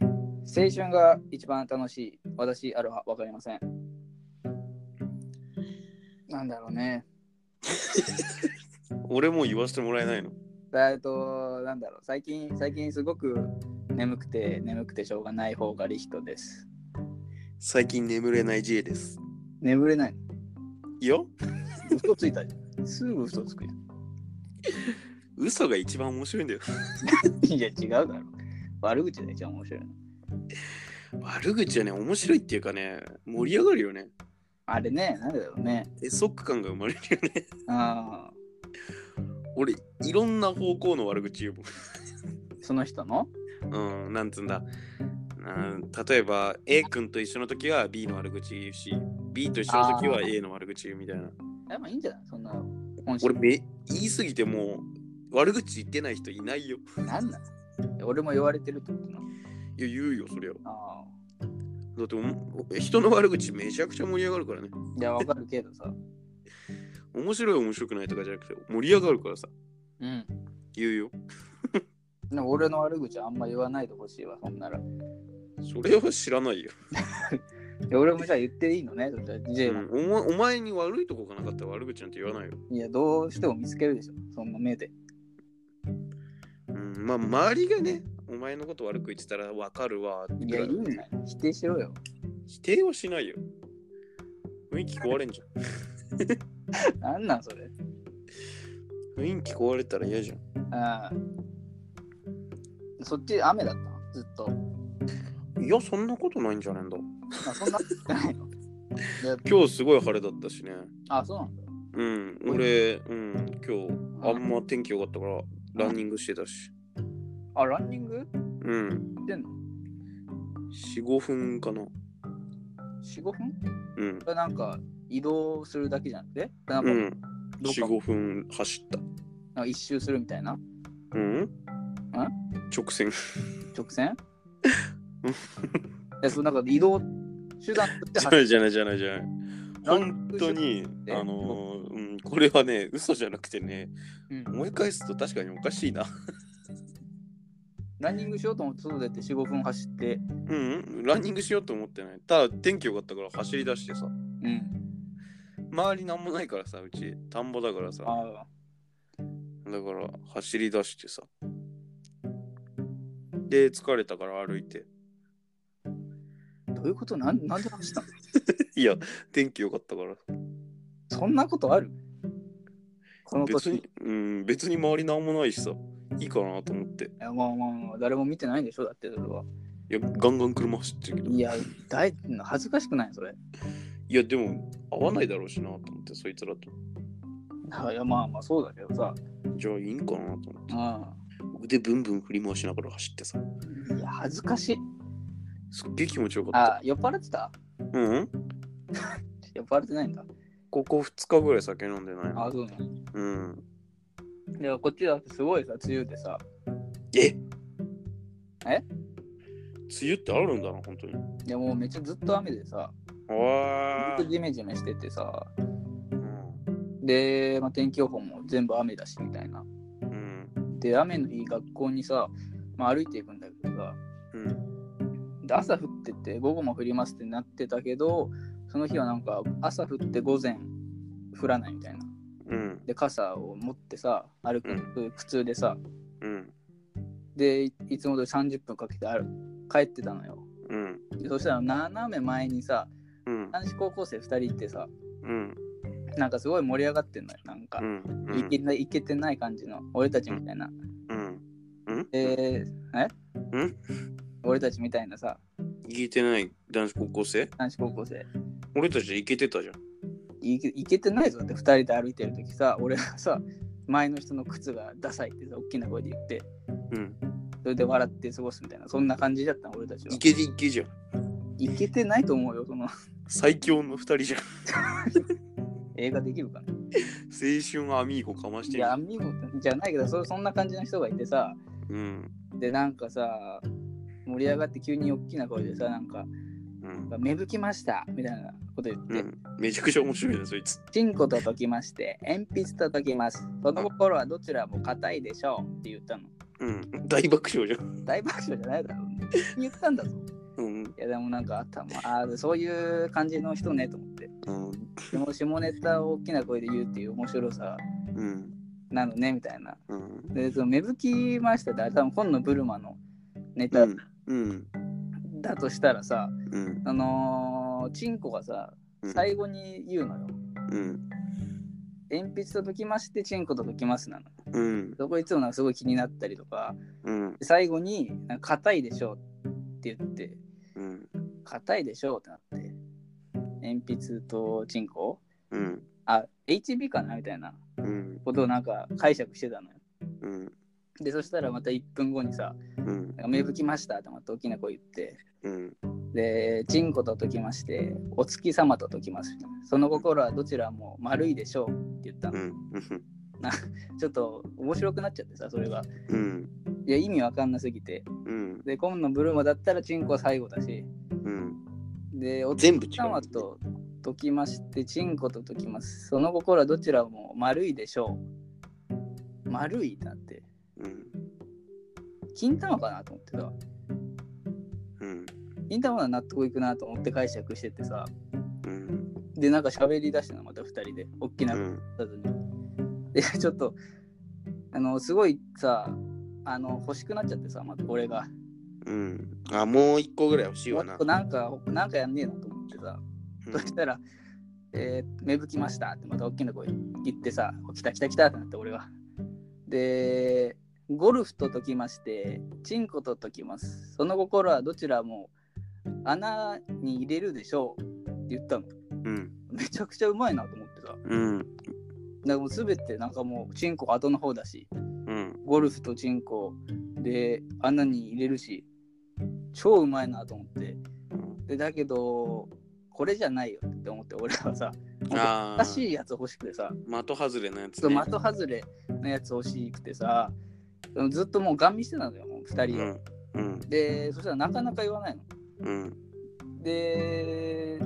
青春が一番楽しい。私、あるは分かりません。なんだろうね。俺も言わせてもらえないの。だえっと、なんだろう。最近、最近すごく眠くて、眠くてしょうがない方がリヒトです。最近眠れない J です。眠れない。いや、嘘ついたじゃん。すぐ嘘つくやん。嘘が一番面白いんだよ。いや、違うだろ。悪口で一番面白いの。悪口はね、面白いっていうかね、盛り上がるよね。あれね、なんでだろうね。え、ソック感が生まれるよね。 ああ、俺、いろんな方向の悪口言うもん。その人のうん、なんつうんだ。うん、例えば A 君と一緒の時は B の悪口言うし B と一緒の時は A の悪口言うみたいなえ、まあいいんじゃないそんな本心俺め言いすぎてもう悪口言ってない人いないよなんなん俺も言われてるってことなの。いや言うよそりゃああ。だっておも人の悪口めちゃくちゃ盛り上がるからねいや、わかるけどさ。面白い面白くないとかじゃなくて盛り上がるからさうん。言うよでも俺の悪口あんま言わないでほしいわ、そんなら。いそれは知らないよ、や俺もじゃあ言っていいのね、そしたら J うはん、お前お前に悪いとこがなかったら悪口なんて言わないよ、いや、どうしても見つけるでしょ、そんな目で。うん、まあ周りがねお前のこと悪く言ってたらわかるわっていくや、らいいいんだよ。否定しろよ。否定はしないよ雰囲気壊れんじゃなんなんそれ。ん雰囲気壊れたら嫌じゃんああ。そっち雨だったのずっと。いやそんなことないんじゃねえんだまあ、そんな ことないの。いや今日すごい晴れだったしねあ、そうなんだ。うん、俺、うん、今日、あんま天気良かったから、ランニングしてたし。あ、ランニングうん、してんの4、5分かな。 ?4、5分うん。これなんか移動するだけじゃなくて、なんうかん、どっか4、5分走った。なんか一周するみたいなうん直線。直 線うんえ、そうなんか移動手段としてじ走ゃなるいじゃないじゃないじゃない。本当に、えあのー、うん、これはね、嘘じゃなくてね、うん思い返すと確かにおかしいな。ランニングしようと思って外出て4、5分走って、うん、ランニングしようと思ってない。ただ、天気良かったから走り出してさ、うん。周りなんもないからさ、うち、田んぼだからさ、だかああ、ら走り出してさ。で、疲れたから歩いて。 どういうことなんなんで走ったの いや、天気良かったから。そんなことあるこの別年に、うん、別に周りなんもないしさ、いいかなと思って。いいやまあまあまあ、誰も見てないでしょだってそれは。や、ガンガン車走ってるけど。いや、大恥ずかしくないそれ。いや、でも、合わないだろうしなと思って、そいつらと。いや、まあまあ、そうだけどさ。じゃあ、いいんかなと思って。う腕ブンブン振り回しながら走ってさ、ん。いや、恥ずかしい。すっげえ気持ちよかった。あ、酔っ払ってたうん酔っ払ってないんだ。ここ2日ぐらい酒飲んでないの。あ、そうなの。うん。でもこっちだってすごいさ、梅雨でさ。ええ梅雨ってあるんだな、本当に。いや、もうめっちゃずっと雨でさ、わずっとジメジメしててさ。うん。で、まあ、天気予報も全部雨だしみたいな。うん。で、雨の日、学校にさ、まあ、歩いていくんだけどさ。うん。で朝降ってて午後も降りますってなってたけどその日はなんか朝降って午前降らないみたいなうん。で傘を持ってさ歩く苦痛でさ、うん。でいいつも通り30分かけてある帰ってたのようん。でそしたら斜め前にさうん。男子高校生2人ってさうん。なんかすごい盛り上がってんのよなんかう、ん。いけないいけてない感じの俺たちみたいな、うん。うん。でえうん俺たちみたいなさいけてない男子高校生男子高校生俺たちいけてたじゃん。いけいけてないぞって2人で歩いてる時さ俺がさ前の人の靴がダサいってさ大きな声で言ってうん。それで笑って過ごすみたいなそんな感じだったの俺たちはいけていけじゃん。いけてないと思うよその最強の二人じゃん。映画できるかな青春アミーゴかましいてる。や見事じゃないけどそそんな感じの人がいてさうん。でなんかさ盛り上がって急に大きな声でさなんかうん。 「芽吹きました」みたいなこと言っうてん。めちゃくちゃ面白いね、そいつ。 「チンコと解きまして鉛筆と解きますその心はどちらも硬いでしょう」って言ったのうん。大爆笑じゃん。 大爆笑じゃないだろう言ったんだぞうん。いやでもなんか頭あーそういう感じの人ねと思ってうん。でも下ネタを大きな声で言うっていう面白さうん。なのねみたいなうん。でその芽吹きましたってあれ多分今野ブルマのネうタん。うん。だとしたらさ、うん。あのーチンコがさうん最後に言うのよ、うん。鉛筆と解きましてチンコと解きますなのうん。そこいつもなんかすごい気になったりとかうん。最後に「なんか硬いでしょ」って言ってうん。 「硬いでしょ」ってなって鉛筆とチンコうん。あ HB かなみたいなうん。ことをなんか解釈してたのようん。でそしたらまた1分後にさう「んなんか芽吹きました」ってまた大きな声言ってうん。で、チンコと解きまして、お月様と解きます。その心はどちらも丸いでしょうって言ったうの。ん。ちょっと面白くなっちゃってさ、それが。うん。いや、意味わかんなすぎて。うん。で、今のブルーマだったらチンコは最後だし。うん。で、お月全部違様う。と解きまして、チンコと解きます。その心はどちらも丸いでしょう。丸いだって。うん。金玉かなと思ってさ。うん。金玉は納得いくなと思って解釈しててさ。うん。で、なんか喋り出したの、また二人で。おっきうな声でん。ったのにで ちょっとあのすごいさあの欲しくなっちゃってさまた俺がうん。あ、もう一個ぐらい欲しいもわっなと。なんかなんかやんねえなと思ってさ、うんそしたら「えー芽吹きました」ってまた大きな声言ってさ「来た来た来た」ってなって俺はでゴルフと解きましてチンコと解きますその心はどちらも穴に入れるでしょうって言ったのうん。めちゃくちゃうまいなと思ってさだかうん。らもう全てなんかもうチンコ後の方だしうん。ゴルフとチンコで穴に入れるし超うまいなと思ってでだけどこれじゃないよって思って俺はさあおあ。かしいやつ欲しくてさ的外れのやつ、ちょね。っと的外れのやつ欲しくてさずっともうガン見してたのよもう2人うを、ん。うん。でそしたらなかなか言わないのうん。で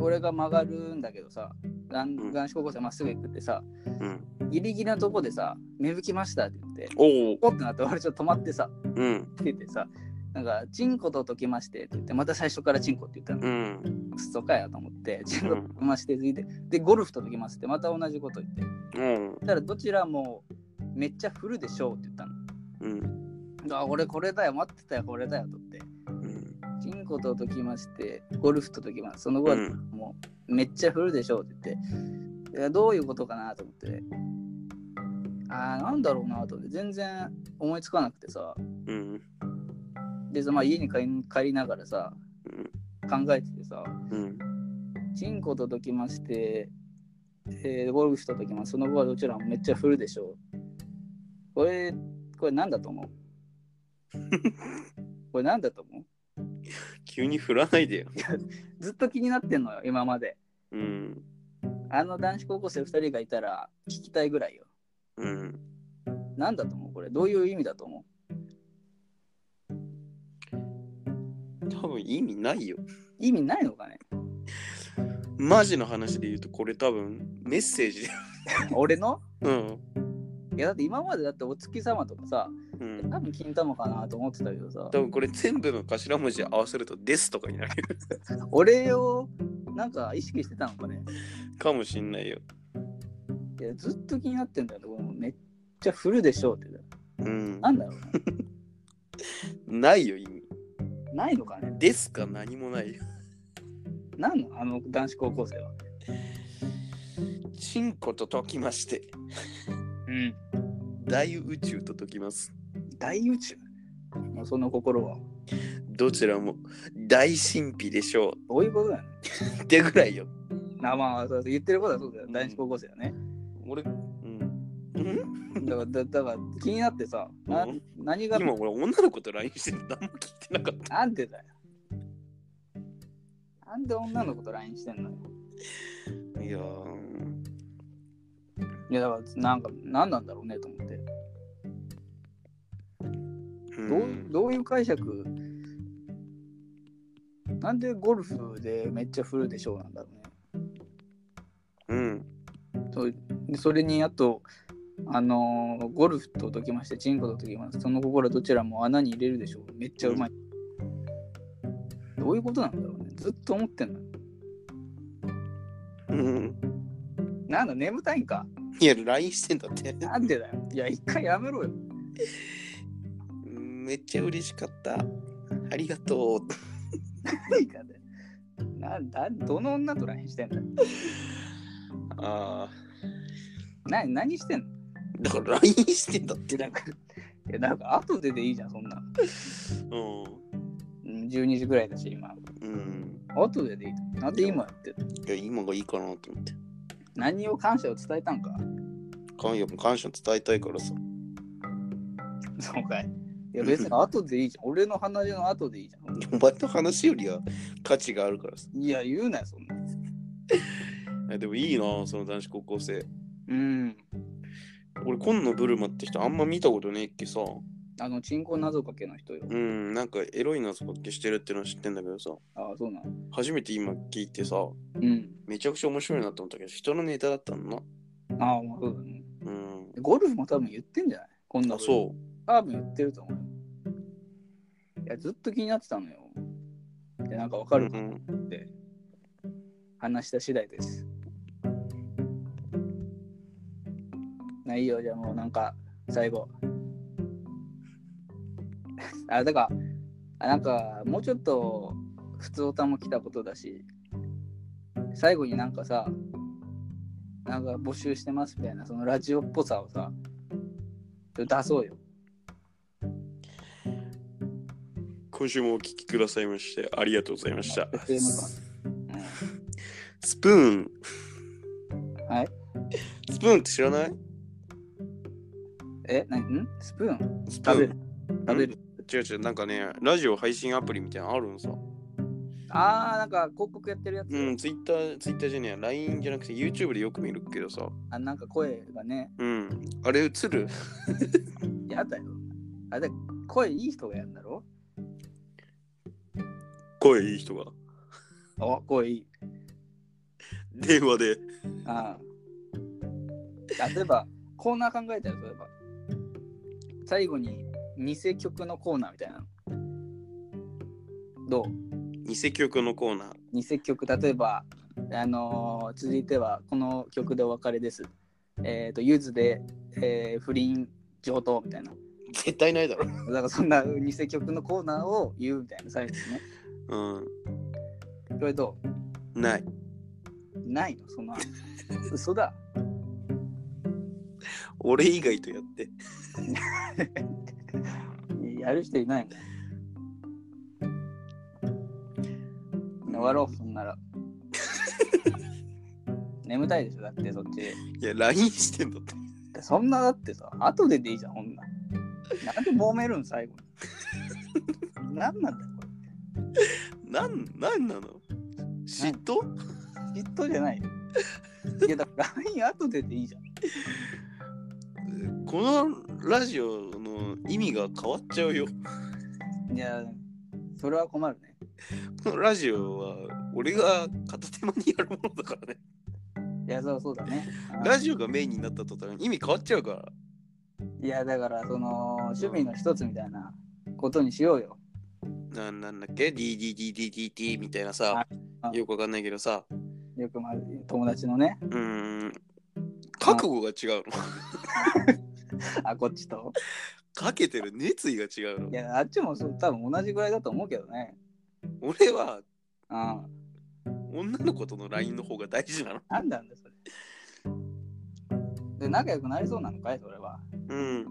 俺が曲がるんだけどさ男うん男子高校生まっすぐ行くってさうん。ギリギリのとこでさ「芽吹きました」って言っておお。ポッてなって俺ちょっと止まってさうん。っててさ、なんか、チンコと解きましてって言って、また最初からチンコって言ったの。うん。クソかやと思って、チンコと解きまして、続いて、で、ゴルフと解きますって、また同じこと言って。うん。たら、どちらもめっちゃ振るでしょうって言ったうん。の。あ、俺これだよ、待ってたよ、これだよとって。うん。チンコと解きまして、ゴルフと解きます。その後はもう、めっちゃ振るでしょうって言って、いやどういうことかなと思って。あーなんだろうなと思って全然思いつかなくてさうん。でさ、まあ、家に帰帰りながらさ考えててさうん。チンコと解きまして、えーゴルフと解きます。その後はどちらもめっちゃ振るでしょう。これ、これなんだと思うこれなんだと思う急に振らないでよ。ずっと気になってんのよ、今まで。うん。あの男子高校生2人がいたら聞きたいぐらいよ。うん。なんだと思うこれ、どういう意味だと思多分意味ないよ。う意味ないのかねマジの話で言うと、これ多分メッセージだよ。俺のうん。いや、だって今までだってお月様とかさ、うん。多分金玉かなと思ってたけどさ、多分これ全部の頭文字合わせると「です」とかになる 俺をなんか意識してたのかねかもしんないよ。いやずっと気になってんだよ。これめっちゃ振るでしょうって。うん。なんだろうねないよ意味。ないのかねですか何もないよ。なんのあの男子高校生は。チンコと解きましてうん。大宇宙と解きます。大宇宙もうその心は。どちらも大神秘でしょどういうことだよね。う。ってぐらいよ。あまあ、そう言ってることはそうだよ。男子高校生はね。俺、うん。うん、だから、だだから気になってさ、なうん何が、今俺女の子と LINE してて何も聞いてなかった。なんでだよ。なんで女の子と LINE してんのよ。いやーいや、だから、なんか、何なんだろうねと思って。うんどうどういう解釈なんでゴルフでめっちゃ振るでしょうなんだろうね。うんそうでそれにあと、あのーゴルフと解きまして、チンコと解きます。その心どちらも穴に入れるでしょう。めっちゃうまい。どういうことなんだろうね。ずっと思ってんの。うんなんだ、眠たいんか。いや、LINE してんだって。なんでだよ。いや、一回やめろよ。めっちゃ嬉しかった。ありがとう。何かで。なんだ、どの女と LINE してんだよああ。な何してんのだから LINE してんだっいて。やなんか、いやなんか後ででいいじゃん、そんなの。ううん12時ぐらいだし、今。ん。うん。後ででいい。なんで今やってるいや、今がいいかなと思って。何を感謝を伝えたんか。感謝感謝伝えたいからさ。そうかい。いや、別に後でいいじゃん。俺の話の後でいいじゃお前の話よりは価値があるからさ。ん。いや、言うなよ、そんな。いやでもいいな、その男子高校生。うん。俺、今野ブルマって人あんま見たことねえっけさ。あの、鎮魂謎かけの人よ。うん、なんかエロいな、そこっけしてるってのは知ってんだけどさ。ああ、そうなの。初めて今聞いてさ、うん。めちゃくちゃ面白いなと思ったけど、人のネタだったんだな。ああ、まあそうだね。うん。ゴルフも多分言ってんじゃない今度あ、そう。多分言ってると思う。いや、ずっと気になってたのよ。で、なんかわかるうかん話した次第です。ないよ、じゃあもうなんか、最後。 あ、だから、あなんか、もうちょっと、普通歌も来たことだし、最後になんかさ、なんか募集してますみたいな、そのラジオっぽさをさ、ちょっと出そうよ。今週もお聞きくださいましてありがとうございました。 FM かスプーン。はい。スプーンって知らないえ、なにんスプーンスプ食べーるン。。食べる。違う違う、なんかね、ラジオ配信アプリみたいなのあるんさ。あー、なんか広告やってるやつ。うん、ツイッター、ツイッターじゃねえや、LINE じゃなくて YouTube でよく見るけどさ。あなんか声がね、うん。あれ映るやだよ。あれ、声いい人がやるんだろ声いい人が。あ、声いい。電話で。ああ。例えば、コーナー考えたよ、例えば。最後に、偽曲のコーナーみたいなの。どう偽曲のコーナー。偽曲、例えば、あのー続いては、この曲でお別れです。えっ、と、ゆずで、えー不倫上等みたいな。絶対ないだろ。だから、そんな偽曲のコーナーを言うみたいな、最後にね。う。これどうんない。ないのその嘘だ俺以外とやって。やる人いないもん終わろうそんなら眠たいでしょだってそっちいや、LINE してんだって。そんなだってさ後ででいいじゃんほんなんなんで揉めるん最後になんなんだよこなん、なんなの嫉妬れ嫉妬じゃないよいやだから LINE 後ででいいじゃんこのラジオの意味が変わっちゃうよ。いやそれは困るねこのラジオは俺が片手間にやるものだからね。いやそうそうだねラジオがメインになった途端意味変わっちゃうから。いやだからその趣味の一つみたいなことにしようよなんなんだっけ ?DDDDDT みたいなさあ、あよくわかんないけどさ。よくまあ友達のねうーん。覚悟が違うの。あこっちとかけてる熱意が違うのい。やあっちもそう多分同じぐらいだと思うけどね俺はうん女の子との LINE の方が大事なの。なんなんだそれで仲良くなりそうなのかいそれはうん。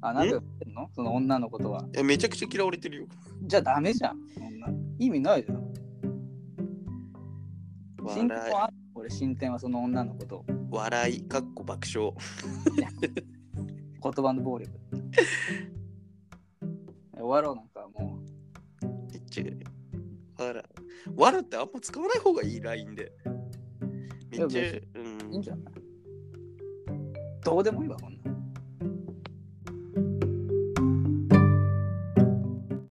あ仲良くしてんのその女の子とはいやめちゃくちゃ嫌われてるよ。じゃあダメじゃんそんな意味ないじゃん進展笑は俺進展はその女の子とい、笑い、かっこ爆笑。言葉の暴力 終わろうなんかもめっちゃわら。わらってあんま使わない方がいいラインで。めっちゃいや別、うういいんん。じゃないどうでもいいわこんなの